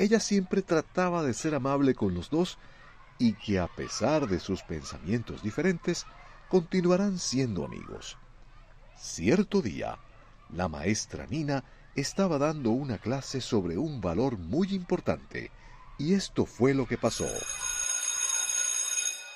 Ella siempre trataba de ser amable con los dos y que a pesar de sus pensamientos diferentes, continuarán siendo amigos. Cierto día, la maestra Nina estaba dando una clase sobre un valor muy importante, y esto fue lo que pasó.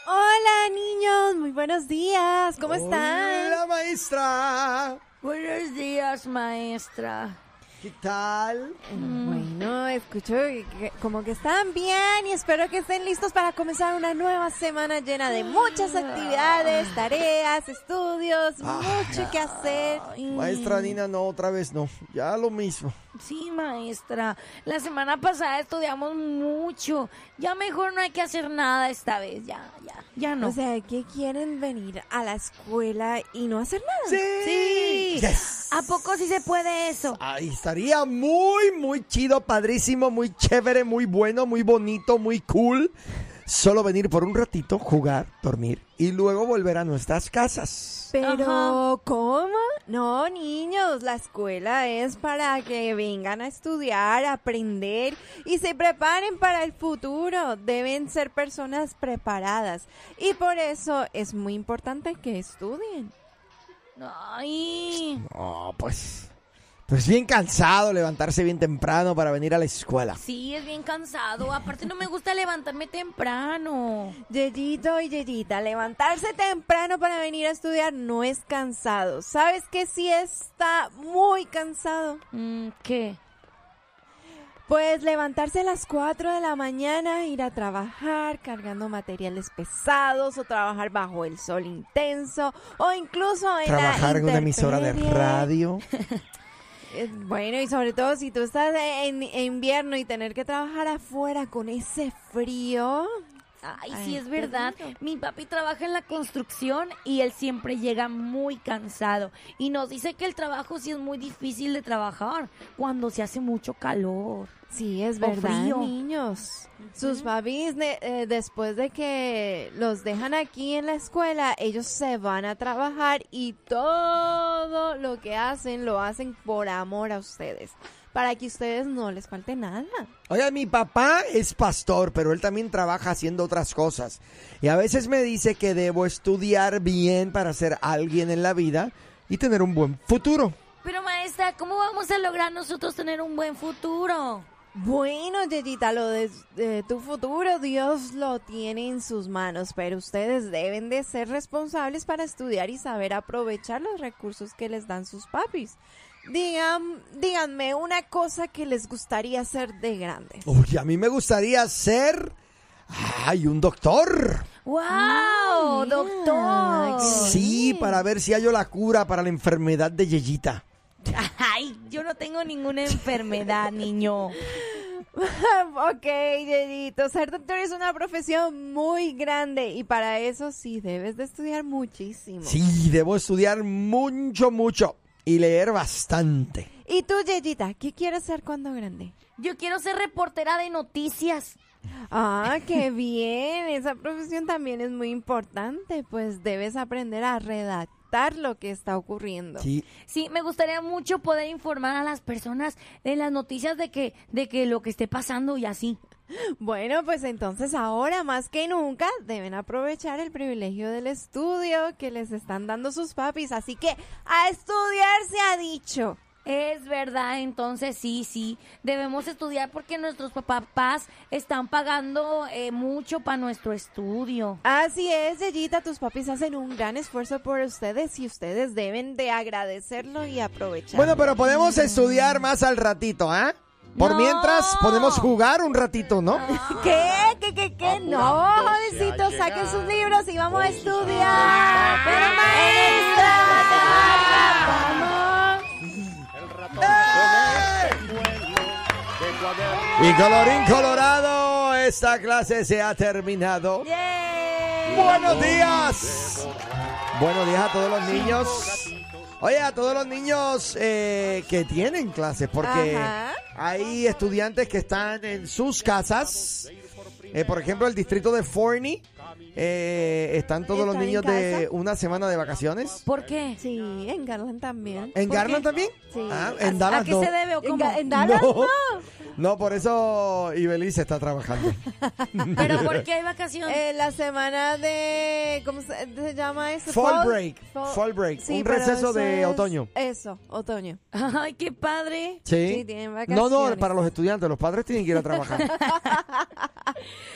Hola niños, muy buenos días, ¿cómo están? Hola, maestra. Buenos días, maestra. ¿Qué tal? Bueno, escucho que- que- como que están bien y espero que estén listos para comenzar una nueva semana llena de Ah. muchas actividades, tareas, estudios, mucho que hacer. Maestra Nina, no, otra vez no. Ya lo mismo. Sí, maestra. La semana pasada estudiamos mucho. Ya mejor no hay que hacer nada esta vez. Ya, ya, ya no. O sea, ¿qué quieren venir a la escuela y no hacer nada? eh, sí. Yes. ¿A poco sí se puede eso? Ahí estaría muy, muy chido, padrísimo, muy chévere, muy bueno, muy bonito, muy cool. Solo venir por un ratito, jugar, dormir y luego volver a nuestras casas. Pero, ¿cómo? No, niños, la escuela es para que vengan a estudiar, a aprender y se preparen para el futuro. Deben ser personas preparadas y por eso es muy importante que estudien. Ay. No, pues. Pues bien cansado levantarse bien temprano para venir a la escuela. Sí, es bien cansado. Aparte no me gusta levantarme temprano. Yeyito y Yeyita, levantarse temprano para venir a estudiar no es cansado. ¿Sabes que sí está muy cansado? Mm, ¿Qué? Pues levantarse a las 4 de la mañana, ir a trabajar cargando materiales pesados o trabajar bajo el sol intenso o incluso en la Trabajar en una emisora de intemperie. radio. Eh, Bueno, y sobre todo si tú estás en, en invierno y tener que trabajar afuera con ese frío. Ay, Ay, sí, es qué verdad. rico. Mi papi trabaja en la construcción y él siempre llega muy cansado. Y nos dice que el trabajo sí es muy difícil de trabajar cuando se hace mucho calor. Sí, es O verdad, frío. niños. Sus papis, ne- eh, después de que los dejan aquí en la escuela, ellos se van a trabajar y todo lo que hacen lo hacen por amor a ustedes, para que ustedes no les falte nada. Oiga, mi papá es pastor, pero él también trabaja haciendo otras cosas. Y a veces me dice que debo estudiar bien para ser alguien en la vida y tener un buen futuro. Pero maestra, ¿cómo vamos a lograr nosotros tener un buen futuro? Bueno, Yeyita, lo de, de tu futuro Dios lo tiene en sus manos, pero ustedes deben de ser responsables para estudiar y saber aprovechar los recursos que les dan sus papis. Digan, díganme una cosa que les gustaría hacer de grandes. Uy, a mí me gustaría ser... ¡Ay, un doctor! ¡Wow! mira. ¡Doctor! Sí, para ver si hallo la cura para la enfermedad de Yeyita. Ay, yo no tengo ninguna enfermedad, niño. ok, Yeyito, ser doctor es una profesión muy grande y para eso sí debes de estudiar muchísimo. Sí, debo estudiar mucho, mucho y leer bastante. ¿Y tú, Yeyita, qué quieres ser cuando grande? Yo quiero ser reportera de noticias. Ah, qué bien. Esa profesión también es muy importante, pues debes aprender a redactar lo que está ocurriendo. Sí, Sí, me gustaría mucho poder informar a las personas de las noticias de que, de que lo que esté pasando y así. Bueno, pues entonces ahora más que nunca deben aprovechar el privilegio del estudio que les están dando sus papis. Así que a estudiar se ha dicho. Es verdad, entonces sí, sí, debemos estudiar porque nuestros papás están pagando eh, mucho para nuestro estudio. Así es, Yeyita, tus papis hacen un gran esfuerzo por ustedes y ustedes deben de agradecerlo y aprovechar. Bueno, pero podemos estudiar más al ratito, ¿ah? Por No. mientras, podemos jugar un ratito, ¿no? ¿Qué? ¿Qué, qué, qué? No, jovencito, saquen sus libros y vamos a estudiar. ¡Pero maestra! ¡Vamos! El ratón con este vuelo de cuaderno. Y colorín colorado, esta clase se ha terminado. Buenos días. Buenos días a todos los niños. Oye, a todos los niños eh, que tienen clases, porque Ajá. hay estudiantes que están en sus casas. Eh, por ejemplo, el distrito de Forney. eh, están todos los ¿Están en niños de casa? una semana de vacaciones. ¿Por qué? Sí, en Garland también. ¿En ¿Por Garland qué? también? Sí. Ah, ¿A- en Dallas ¿A qué no. se debe o ¿En, cómo? Ga- en Dallas? No. No, por eso Ibeliz está trabajando. ¿Pero por qué hay vacaciones? Eh, la semana de... ¿Cómo se, se llama eso? Fall break, fall break, un pero receso eso de otoño. Eso, otoño. Ay, qué padre. Sí. Sí, tienen no, vacaciones. no, para los estudiantes, los padres tienen que ir a trabajar.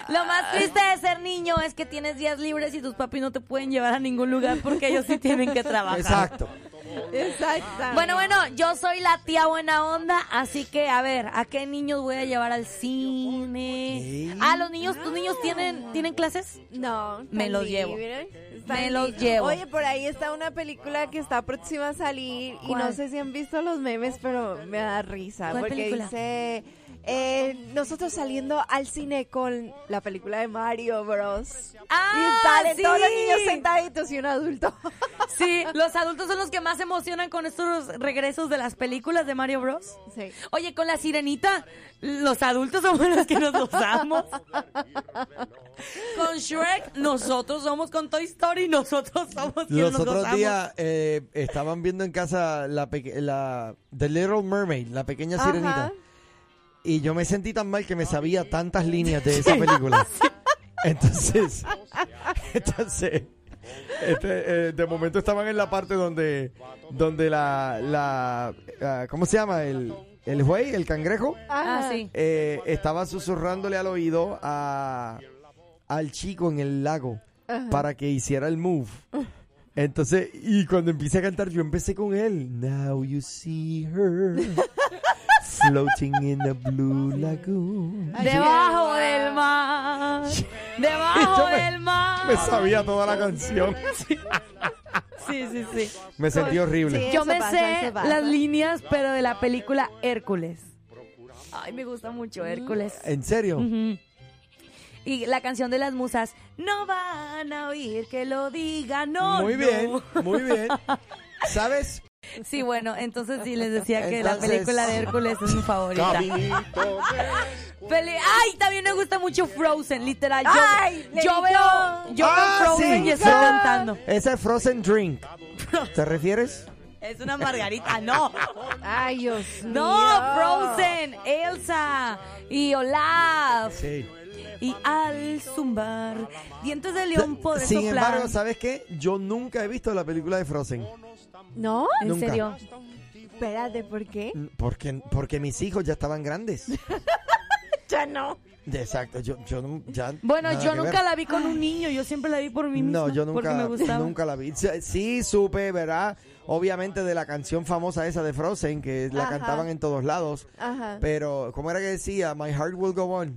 Lo más triste de ser niño es que tienes días libres y tus papis no te pueden llevar a ningún lugar porque ellos sí tienen que trabajar. Exacto. Exacto. Bueno, bueno, yo soy la tía buena onda, así que a ver, ¿a qué niños voy a llevar al cine? Ok. Ah, los niños, tus niños tienen, tienen clases. No, Me están los llevo. libres, están Me los libres. llevo. Oye, por ahí está una película que está próxima a salir y no ¿Cuál? sé si han visto los memes, pero me da risa ¿Cuál porque película? dice eh, nosotros saliendo al cine con la película de Mario Bros. Ah, y salen sí. todos los niños sentaditos y un adulto. Sí, los adultos son los que más se emocionan con estos regresos de las películas de Mario Bros. sí. Oye, con la sirenita, los adultos somos los que nos gozamos. Con Shrek, nosotros somos con Toy Story, nosotros somos quienes Los nos otros gozamos. días eh, estaban viendo en casa la, peque- la The Little Mermaid, la pequeña Ajá. sirenita. Y yo me sentí tan mal que me sabía tantas líneas de esa película. Entonces, entonces, este, eh, de momento estaban en la parte donde, donde la, la ah, ¿cómo se llama? El, el güey, el cangrejo. Ah, sí. eh, estaba susurrándole al oído a, al chico en el lago para que hiciera el move. Entonces, y cuando empecé a cantar, yo empecé con él. Now you see her floating in the blue lagoon. Debajo Ah. del mar, debajo Yo me- del mar. Me sabía toda la canción. Sí, sí, sí. Me sentí horrible. Sí. Yo Eso me pasa, sé eso pasa. las líneas, pero de la película Hércules. Ay, me gusta mucho Mm. Hércules. ¿En serio? Ujú. Y la canción de las musas, no van a oír que lo diga, no. muy no". bien, muy bien. ¿Sabes? Sí, bueno, entonces sí les decía que la Entonces- película de Hércules es mi favorita. Caminito de Peli- Ay, también me gusta mucho Frozen, literal. Yo, Ay, le yo di veo, yo Ah, veo Frozen sí. y estoy Yo- cantando. Esa es Frozen Drink. ¿Te refieres? Es una margarita, no. Ay, Dios No, Frozen, Elsa y Olaf. Sí. Y al zumbar, dientes de león poder Sin soplar. embargo, ¿sabes qué? Yo nunca he visto la película de Frozen. ¿No? ¿En nunca. serio? Espérate, ¿por qué? Porque, porque mis hijos ya estaban grandes. Ya no. Exacto, yo, yo no- ya Bueno, nada yo que nunca ver. la vi con un niño, yo siempre la vi por mí misma. No, yo Porque nunca, me gustaba. nunca la vi. Sí, Sí, supe, ¿verdad? Obviamente de la canción famosa esa de Frozen, que la Ajá. cantaban en todos lados. Ajá. Pero, ¿cómo era que decía? My heart will go on.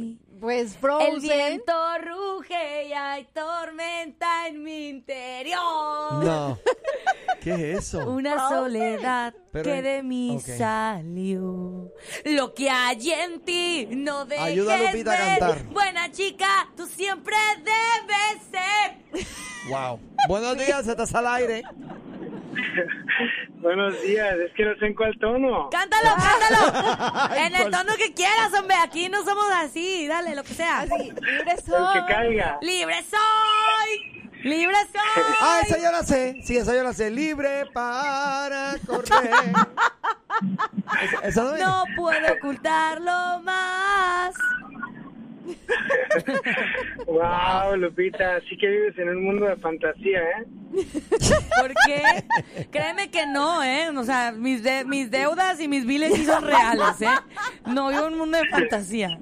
Pues El Frozen. viento ruge y hay tormenta en mi interior. No. ¿Qué es eso? Una soledad Ah, Pero que en- de mí ok. salió. Lo que hay en ti no dejes Ayuda a Lupita a ver. cantar. Buena chica, tú siempre debes ser. Wow. Buenos días, estás al aire. Buenos días, es que no sé en cuál tono. Cántalo, cántalo. en el tono que quieras, hombre. Aquí no somos así. Dale, lo que sea. Así, libre soy. El que caiga. ¡Libre soy! ¡Libre soy! Ah, esa yo la sé. Sí, esa yo la sé. Libre para correr. Esa- esa no es. No puedo ocultarlo más. Wow, Lupita, sí que vives en un mundo de fantasía, ¿eh? ¿Por qué? Créeme que no, ¿eh? O sea, mis, de- mis deudas y mis biles sí son reales, ¿eh? No vivo en un mundo de fantasía.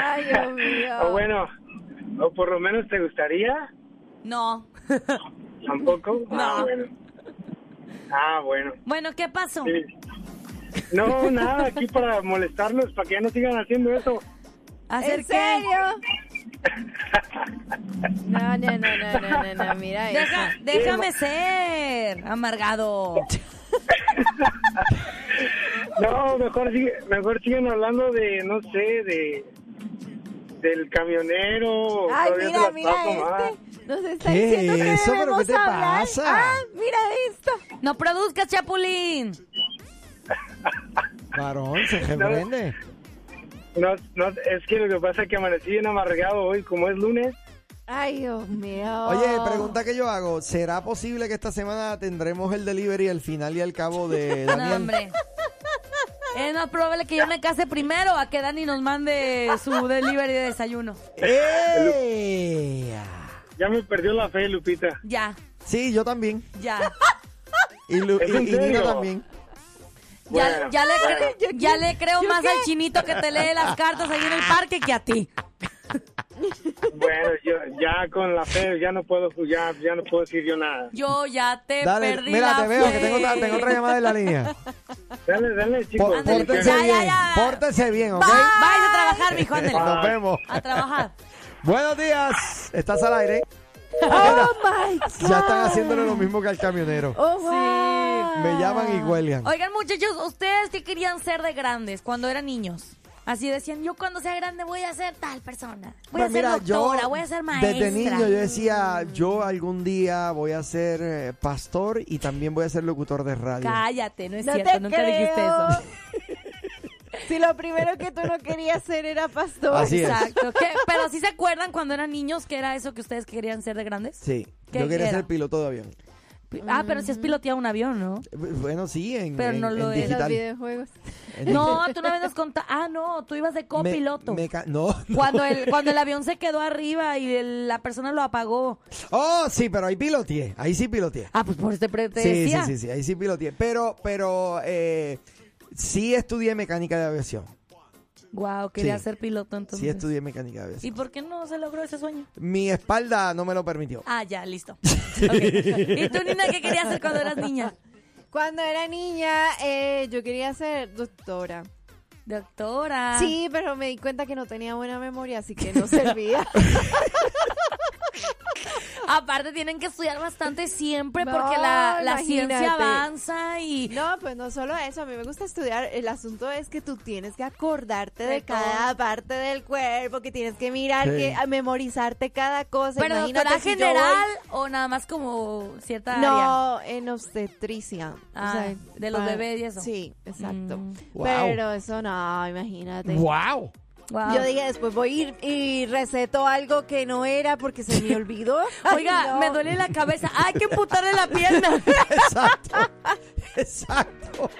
Ay, Dios mío. O Ah, bueno, o por lo menos te gustaría, No. tampoco. Ah, No. bueno. Ah, bueno. Bueno, ¿qué pasó? Sí. No, nada, aquí para molestarlos, para que ya no sigan haciendo eso. ¿Hacer ¿En qué? serio? No, no, no, no, no, no, no, mira Deja- eso. déjame ser, amargado. No, mejor, sigue- mejor siguen hablando de, no sé, de del camionero. Ay, todavía se mira, las mira paso mal. este. Nos está ¿Qué diciendo que eso? ¿Pero debemos qué te hablar. pasa? Ah, mira esto. No produzcas, Chapulín. Varón, se reprende. No, no, es que lo que pasa es que amanecí bien amargado hoy, como es lunes. Ay, Dios mío. Oye, Ah. pregunta que yo hago. ¿Será posible que esta semana tendremos el delivery al final y al cabo de No, Daniel? hombre. Es más probable que yo me case primero a que Dani nos mande su delivery de desayuno. ¡Ey! Ya me perdió la fe, Lupita. Ya, ¡Eh! Sí, yo también. ya. Y, Lu- ¿Es y- en y Nina serio? también. Ya, Bueno, ya le, bueno. cre- ya le creo más al chinito que te lee las cartas ahí en el parque que a ti. Bueno, yo ya con la fe ya no puedo jugar, ya no puedo decir yo nada. Yo ya te Dale, perdí. mira, la te veo fe. que tengo otra, tengo otra llamada en la línea. Dale, dale, chicos. Por- Ándale, pues pórtense ya, ya, bien, ya. pórtense bien, ¿ok? Bye. Vais a trabajar, mijo, ándale. Nos vemos. A trabajar. Buenos días, estás al aire. Oh my God. Ya están haciéndole lo mismo que al camionero. Oh, Sí. wow. Me llaman y huelgan. Oigan, muchachos, ¿ustedes qué querían ser de grandes cuando eran niños? Así decían, yo cuando sea grande voy a ser tal persona. Voy a Pues ser mira, yo doctora, voy a ser maestra. Desde niño yo decía, yo algún día voy a ser eh, pastor y también voy a ser locutor de radio. Cállate, no es No cierto, te nunca creo. dijiste eso. Si lo primero que tú no querías ser era pastor. Así es. Exacto. ¿Qué? Pero sí se acuerdan cuando eran niños que era eso que ustedes querían ser de grandes. Sí, ¿Qué yo quería era? ser piloto de avión. Ah, pero si has piloteado un avión, ¿no? Bueno, sí, en, Pero en- no en lo es. En los digital. videojuegos. En No, tú no habías contado. Ah, no, tú ibas de Me- copiloto. me ca- no. no. Cuando el, cuando el avión se quedó arriba y el- la persona lo apagó. Oh, sí, pero ahí piloteé. Ahí sí piloteé. Ah, pues por este pre te sí, sí, decía. sí, sí, ahí sí piloteé. Pero, pero, eh, sí estudié mecánica de aviación. Wow, quería Sí. ser piloto entonces. Sí estudié mecánica de ¿Y aviación. por qué no se logró ese sueño? Mi espalda no me lo permitió. Ah, ya, listo. Ok. ¿Y tú, Nina, qué querías hacer cuando eras niña? Cuando era niña, eh, yo quería ser doctora. Doctora. Sí, pero me di cuenta que no tenía buena memoria, así que no servía. Aparte tienen que estudiar bastante siempre No, porque la, la imagínate. ciencia avanza y... No, pues no solo eso, a mí me gusta estudiar. El asunto es que tú tienes que acordarte de, De todo. cada parte del cuerpo, que tienes que mirar, Sí. que a memorizarte cada cosa. Pero Imagínate doctora si yo general o nada más como cierta voy- área. No, en obstetricia. Ah, de los bebés y eso. Sí, exacto. Mm. Wow. Pero eso no, imagínate. ¡Wow! Guau. Yo dije, después voy a ir y receto algo que no era porque se me olvidó. Ay, Oiga, no. me duele la cabeza. Ah, Hay que amputarle la pierna. Exacto. Exacto.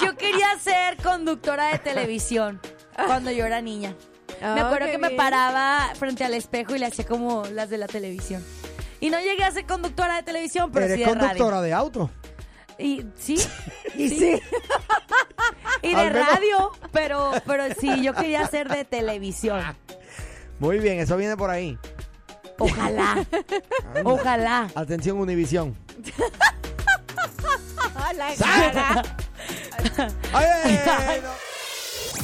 Yo quería ser conductora de televisión cuando yo era niña. Me Ah, acuerdo qué que me bien. paraba frente al espejo y le hacía como las de la televisión. Y no llegué a ser conductora de televisión, pero sí Eres de radio. conductora de auto. Y sí, Y sí. y de Al menos. radio, pero pero sí, yo quería ser de televisión. Muy bien, eso viene por ahí. Ojalá, Anda. ojalá. Atención, Univisión. Ah, la cara. Oye, no.